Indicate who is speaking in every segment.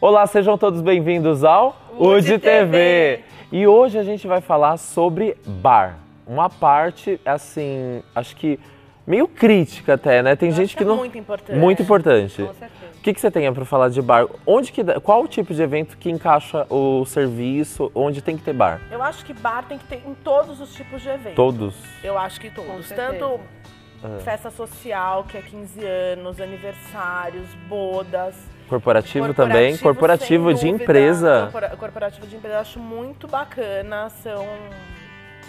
Speaker 1: Olá, sejam todos bem-vindos ao UD TV. E hoje a gente vai falar sobre bar. Uma parte, assim, acho que meio crítica até, né? Tem
Speaker 2: Eu
Speaker 1: gente
Speaker 2: acho é
Speaker 1: que não.
Speaker 2: muito importante.
Speaker 1: Muito importante.
Speaker 3: Com certeza.
Speaker 1: O que, que você tem para falar de bar? Onde que dá- qual o tipo de evento que encaixa o serviço? Onde tem que ter bar?
Speaker 2: Eu acho que bar tem que ter em todos os tipos de evento.
Speaker 1: Todos.
Speaker 2: Eu acho que
Speaker 3: Com
Speaker 2: todos.
Speaker 3: certeza.
Speaker 2: Tanto
Speaker 1: É.
Speaker 2: festa social, que é 15 anos, aniversários, bodas.
Speaker 1: Corporativo, também.
Speaker 2: sem
Speaker 1: Corporativo de
Speaker 2: dúvida.
Speaker 1: empresa.
Speaker 2: Corpora- Corporativo de empresa eu acho muito bacana. São.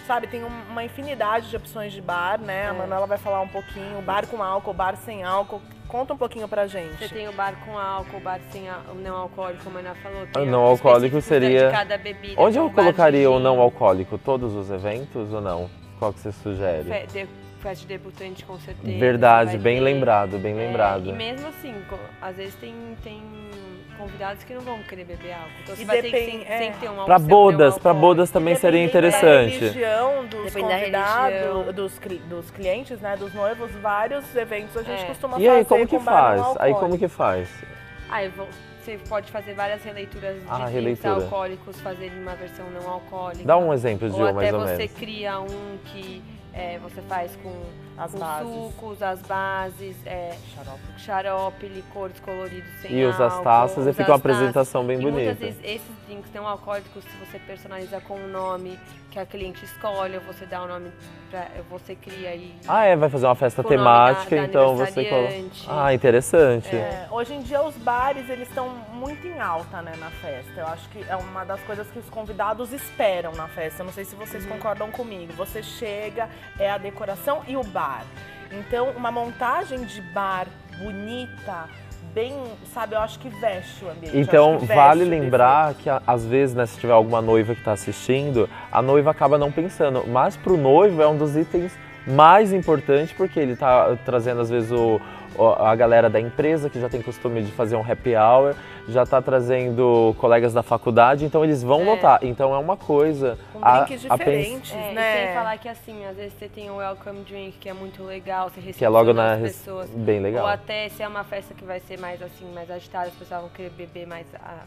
Speaker 2: Sabe, tem um- uma infinidade de opções de bar, né? A
Speaker 3: É.
Speaker 2: Manuela vai falar um pouquinho. Bar com álcool, bar sem álcool. Conta um pouquinho pra gente.
Speaker 3: Você tem o bar com álcool, o bar sem á- o não alcoólico, como a Ana falou. tem
Speaker 1: Ah,
Speaker 3: os
Speaker 1: não alcoólico
Speaker 3: específicos
Speaker 1: seria-
Speaker 3: De cada bebida,
Speaker 1: Onde
Speaker 3: tem
Speaker 1: eu
Speaker 3: um bar de
Speaker 1: colocaria o
Speaker 3: gin,
Speaker 1: não alcoólico? Todos os eventos ou não? Qual que você sugere?
Speaker 3: fe- de- Festa de debutante, com certeza.
Speaker 1: Verdade,
Speaker 3: vai
Speaker 1: bem
Speaker 3: ter.
Speaker 1: lembrado, bem
Speaker 3: É,
Speaker 1: lembrado.
Speaker 3: E mesmo assim, co- às vezes tem, tem convidados que não vão querer beber álcool. Então você
Speaker 2: E
Speaker 3: vai ter que
Speaker 2: depende-
Speaker 3: sem, sem
Speaker 2: é.
Speaker 3: ter uma
Speaker 1: Pra
Speaker 3: opção não
Speaker 1: bodas, pra
Speaker 3: alcoólica.
Speaker 1: bodas também seria
Speaker 2: Dependendo Da
Speaker 1: interessante.
Speaker 2: religião, dos
Speaker 3: Depende da
Speaker 2: convidados,
Speaker 3: religião.
Speaker 2: Dos, cli- dos clientes, né? Dos noivos, vários eventos a gente
Speaker 3: É.
Speaker 2: costuma
Speaker 1: E
Speaker 2: fazer.
Speaker 1: aí, como que
Speaker 2: com bar
Speaker 1: faz?
Speaker 2: não
Speaker 1: Aí, como
Speaker 2: alcoólico.
Speaker 1: que faz?
Speaker 3: Ah, eu vou- você pode fazer várias releituras de
Speaker 1: Ah,
Speaker 3: drinks
Speaker 1: releitura.
Speaker 3: alcoólicos, fazer uma versão não alcoólica.
Speaker 1: Dá um exemplo de
Speaker 3: Ou
Speaker 1: um,
Speaker 3: até
Speaker 1: mais ou
Speaker 3: você
Speaker 1: menos.
Speaker 3: cria um que é, você faz com
Speaker 2: As
Speaker 3: com
Speaker 2: bases.
Speaker 3: sucos, as bases, é,
Speaker 2: Xarope.
Speaker 3: xarope, licores coloridos sem
Speaker 1: E usa as
Speaker 3: álcool,
Speaker 1: taças e
Speaker 3: usa
Speaker 1: fica uma
Speaker 3: as taças.
Speaker 1: apresentação bem
Speaker 3: e
Speaker 1: bonita.
Speaker 3: muitas vezes esses drinks não alcoólicos, se você personalizar com o nome que a cliente escolhe, ou você dá o nome, pra, você cria e...
Speaker 1: Ah, é, vai fazer uma festa
Speaker 3: Com o nome
Speaker 1: temática,
Speaker 3: da- da
Speaker 1: então você coloca.
Speaker 3: aniversariante.
Speaker 1: Ah, interessante.
Speaker 2: É, hoje em dia os bares eles estão muito em alta né, na festa. Eu acho que é uma das coisas que os convidados esperam na festa. Eu não sei se vocês
Speaker 3: Uhum.
Speaker 2: concordam comigo. Você chega, é a decoração e o bar. Então, uma montagem de bar bonita, bem, sabe, eu acho que veste o ambiente. eu
Speaker 1: Então,
Speaker 2: acho que veste
Speaker 1: vale
Speaker 2: o
Speaker 1: lembrar que, a- às vezes, né, se tiver alguma noiva que tá assistindo, a noiva acaba não pensando. Mas pro noivo é um dos itens mais importantes, porque ele tá trazendo, às vezes, o, o- a galera da empresa, que já tem costume de fazer um happy hour, já tá trazendo colegas da faculdade, então eles vão
Speaker 3: É.
Speaker 1: notar. Então é uma coisa
Speaker 2: Com
Speaker 1: a,
Speaker 2: drinks
Speaker 1: a pensar.
Speaker 2: diferentes,
Speaker 3: É, e
Speaker 2: né?
Speaker 3: sem falar que assim, às vezes você tem o welcome drink, que é muito legal, você recepciona
Speaker 1: Que é logo na.
Speaker 3: as pessoas.
Speaker 1: Bem legal.
Speaker 3: Ou até se é uma festa que vai ser mais assim, mais agitada, as pessoas vão querer beber mais ah,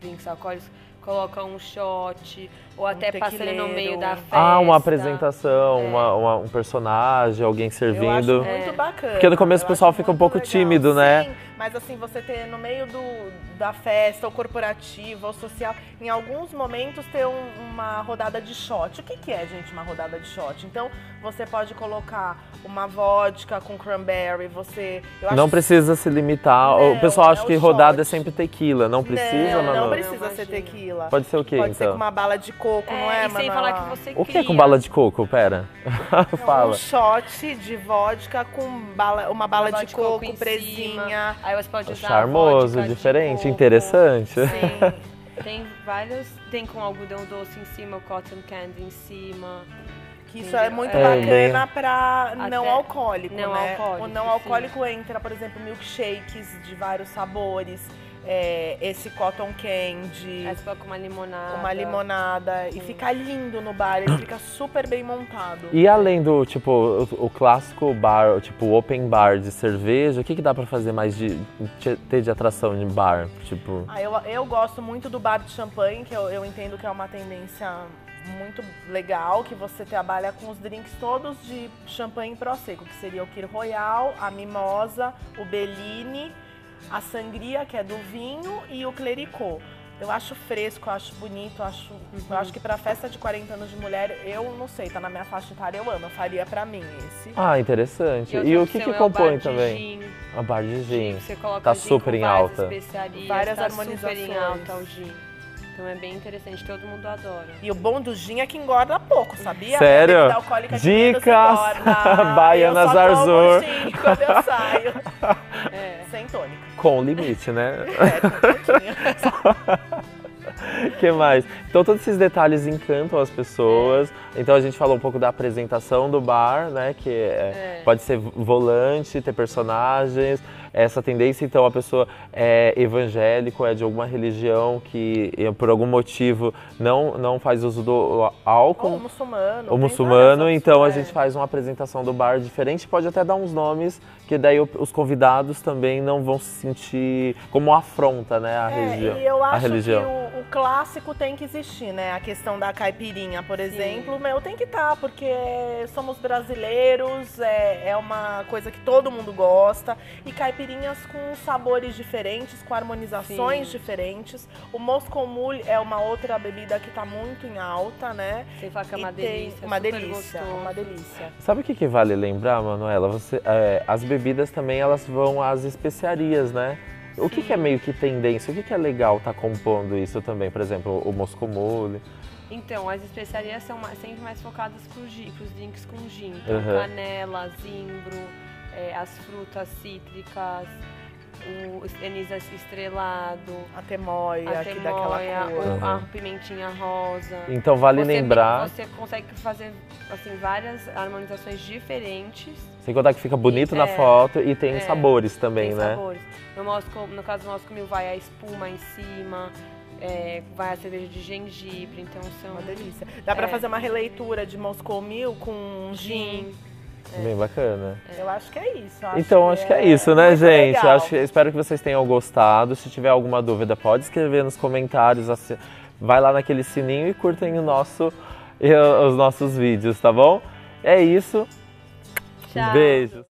Speaker 3: drinks alcoólicos, coloca um shot, ou até passando no
Speaker 2: Um tequileiro.
Speaker 3: meio da festa.
Speaker 1: Ah, uma apresentação, uma- uma- um personagem, alguém
Speaker 2: É. Eu acho
Speaker 1: servindo.
Speaker 2: muito
Speaker 3: É.
Speaker 2: bacana.
Speaker 1: Porque no começo o
Speaker 2: Eu
Speaker 1: pessoal
Speaker 2: acho
Speaker 1: fica um
Speaker 2: muito
Speaker 1: pouco tímido, né?
Speaker 2: Sim, mas assim, você ter no meio do, da festa, ou corporativa, ou social, em alguns momentos ter um- uma rodada de shot. O que, que é, gente, uma rodada de shot? Então, você pode colocar uma vodka com cranberry, você... eu acho
Speaker 1: Não precisa se limitar. o
Speaker 2: Não,
Speaker 1: pessoal
Speaker 2: é
Speaker 1: acha
Speaker 2: o
Speaker 1: que rodada
Speaker 2: shot.
Speaker 1: é sempre tequila. Não precisa,
Speaker 2: não,
Speaker 1: Manu?
Speaker 2: Não precisa ser
Speaker 3: Imagina.
Speaker 2: tequila.
Speaker 1: Pode ser o quê,
Speaker 2: Pode ser
Speaker 1: então?
Speaker 2: com uma bala de coco, não é,
Speaker 3: e sem
Speaker 2: Manuela?
Speaker 3: falar que você
Speaker 1: O que é com
Speaker 3: cria.
Speaker 1: bala de coco? Pera.
Speaker 2: É Um
Speaker 1: Fala.
Speaker 2: shot de vodka com bala, uma bala
Speaker 3: Bala
Speaker 2: de,
Speaker 3: de coco
Speaker 2: coco,
Speaker 3: em cima.
Speaker 2: presinha.
Speaker 3: Aí você pode usar
Speaker 1: Charmoso,
Speaker 3: vodka de
Speaker 1: diferente,
Speaker 3: coco.
Speaker 1: interessante.
Speaker 3: Sim. Tem vários. Tem com algodão doce em cima, cotton candy em cima.
Speaker 2: Que isso é
Speaker 3: Entendeu?
Speaker 2: muito
Speaker 3: É,
Speaker 2: bacana pra
Speaker 3: Até
Speaker 2: não alcoólico,
Speaker 3: não
Speaker 2: né?
Speaker 3: alcoólico,
Speaker 2: o não
Speaker 3: sim.
Speaker 2: alcoólico entra, por exemplo, milkshakes de vários sabores, é, esse cotton candy,
Speaker 3: Aí você coloca uma limonada.
Speaker 2: uma limonada. E fica lindo no bar, ele fica super bem montado.
Speaker 1: E além do, tipo, o, o clássico bar, o tipo, open bar de cerveja, o que, que dá pra fazer mais de, de- ter de atração de bar? Tipo,
Speaker 2: Ah, eu, eu gosto muito do bar de champanhe, que eu, eu entendo que é uma tendência muito legal, que você trabalha com os drinks todos de champanhe pró-seco, que seria o Kir Royal, a Mimosa, o Bellini, a Sangria, que é do vinho, e o Clericot. Eu acho fresco, eu acho bonito, eu acho, eu acho que pra festa de 40 anos de mulher, eu não sei, tá na minha faixa etária, eu amo, eu faria pra mim esse.
Speaker 1: ah, interessante. E,
Speaker 3: outra
Speaker 1: o que,
Speaker 3: opção
Speaker 1: que
Speaker 3: é o
Speaker 1: compõe
Speaker 3: bar de
Speaker 1: também?
Speaker 3: gin.
Speaker 1: A bar de gin.
Speaker 3: Você coloca
Speaker 1: Tá
Speaker 3: o gin
Speaker 1: super
Speaker 3: com
Speaker 1: em
Speaker 3: várias
Speaker 1: alta.
Speaker 3: Especiarias,
Speaker 2: Várias
Speaker 3: tá super
Speaker 2: harmonizações.
Speaker 3: em alta o gin. Então é bem interessante, todo mundo adora.
Speaker 2: E o bom do gin é que engorda pouco, sabia?
Speaker 1: Sério?
Speaker 2: A bebida alcoólica que menos
Speaker 1: Dicas.
Speaker 2: engorda.
Speaker 1: Baiana
Speaker 2: eu só
Speaker 1: Zarzur.
Speaker 2: Tomo gin quando eu saio.
Speaker 3: É.
Speaker 2: Sem tônica.
Speaker 1: Com limite, né?
Speaker 2: É, com um pouquinho.
Speaker 1: que mais? Então todos esses detalhes encantam as pessoas. Então a gente falou um pouco da apresentação do bar, né? Que é,
Speaker 3: É.
Speaker 1: pode ser volante, ter personagens. Essa tendência, então, a pessoa é evangélico, é de alguma religião que eh, por algum motivo não, não faz uso do álcool
Speaker 2: Ou muçulmano.
Speaker 1: o
Speaker 2: tem é.
Speaker 1: muçulmano,
Speaker 2: várias
Speaker 1: então a
Speaker 2: opções.
Speaker 1: gente faz uma apresentação do bar diferente, pode até dar uns nomes, que daí o- os convidados também não vão se sentir como uma afronta, né, à
Speaker 2: É,
Speaker 1: religião.
Speaker 2: E eu
Speaker 1: à
Speaker 2: acho
Speaker 1: religião.
Speaker 2: que o, o clássico tem que existir, né? A questão da caipirinha, por exemplo, meu, tem que estar, porque somos brasileiros, é, é uma coisa que todo mundo gosta. E caipirinhas com sabores diferentes, com harmonizações
Speaker 3: Sim.
Speaker 2: diferentes. O Moscow Mule é uma outra bebida que tá muito em alta, né?
Speaker 3: Sem falar que é
Speaker 2: E
Speaker 3: uma
Speaker 2: tem-
Speaker 3: delícia.
Speaker 2: Uma
Speaker 3: super
Speaker 2: delícia, é
Speaker 3: gostoso.
Speaker 2: uma delícia.
Speaker 1: Sabe o que, que vale lembrar, Manuela? Você, é, as bebidas também elas vão às especiarias, né? O que, que é meio que tendência? O que, que é legal tá compondo isso também? Por exemplo, o Moscow Mule.
Speaker 3: Então, as especiarias são ma- sempre mais focadas pro gi- pros drinks com gin. Então,
Speaker 1: Uhum.
Speaker 3: canela, zimbro, é, as frutas cítricas, o es- anis estrelado,
Speaker 2: A temoia,
Speaker 3: a
Speaker 2: aqui daquela
Speaker 3: temoia,
Speaker 2: cor.
Speaker 3: o- a
Speaker 1: Uhum.
Speaker 3: pimentinha rosa.
Speaker 1: Então vale
Speaker 3: Você-
Speaker 1: lembrar,
Speaker 3: Você consegue fazer assim, várias harmonizações diferentes.
Speaker 1: sem contar que fica bonito na
Speaker 3: É,
Speaker 1: foto e tem
Speaker 3: é,
Speaker 1: sabores também,
Speaker 3: tem
Speaker 1: né?
Speaker 3: sabores. No, Moscow, no caso do Moscow Mil vai a espuma em cima, é, vai a cerveja de gengibre, então são
Speaker 2: Uma delícia. Dá pra
Speaker 3: É.
Speaker 2: fazer uma releitura de Moscow Mule com gin.
Speaker 3: gin.
Speaker 1: Bem bacana.
Speaker 2: Eu acho que é isso.
Speaker 1: Então, acho que é isso, né,
Speaker 2: muito
Speaker 1: gente?
Speaker 2: legal.
Speaker 1: Acho, que- espero que vocês tenham gostado. Se tiver alguma dúvida, pode escrever nos comentários. assi- Vai lá naquele sininho e curtem o nosso, eh, e- os nossos vídeos, tá bom? É isso.
Speaker 3: Tchau.
Speaker 1: Beijos.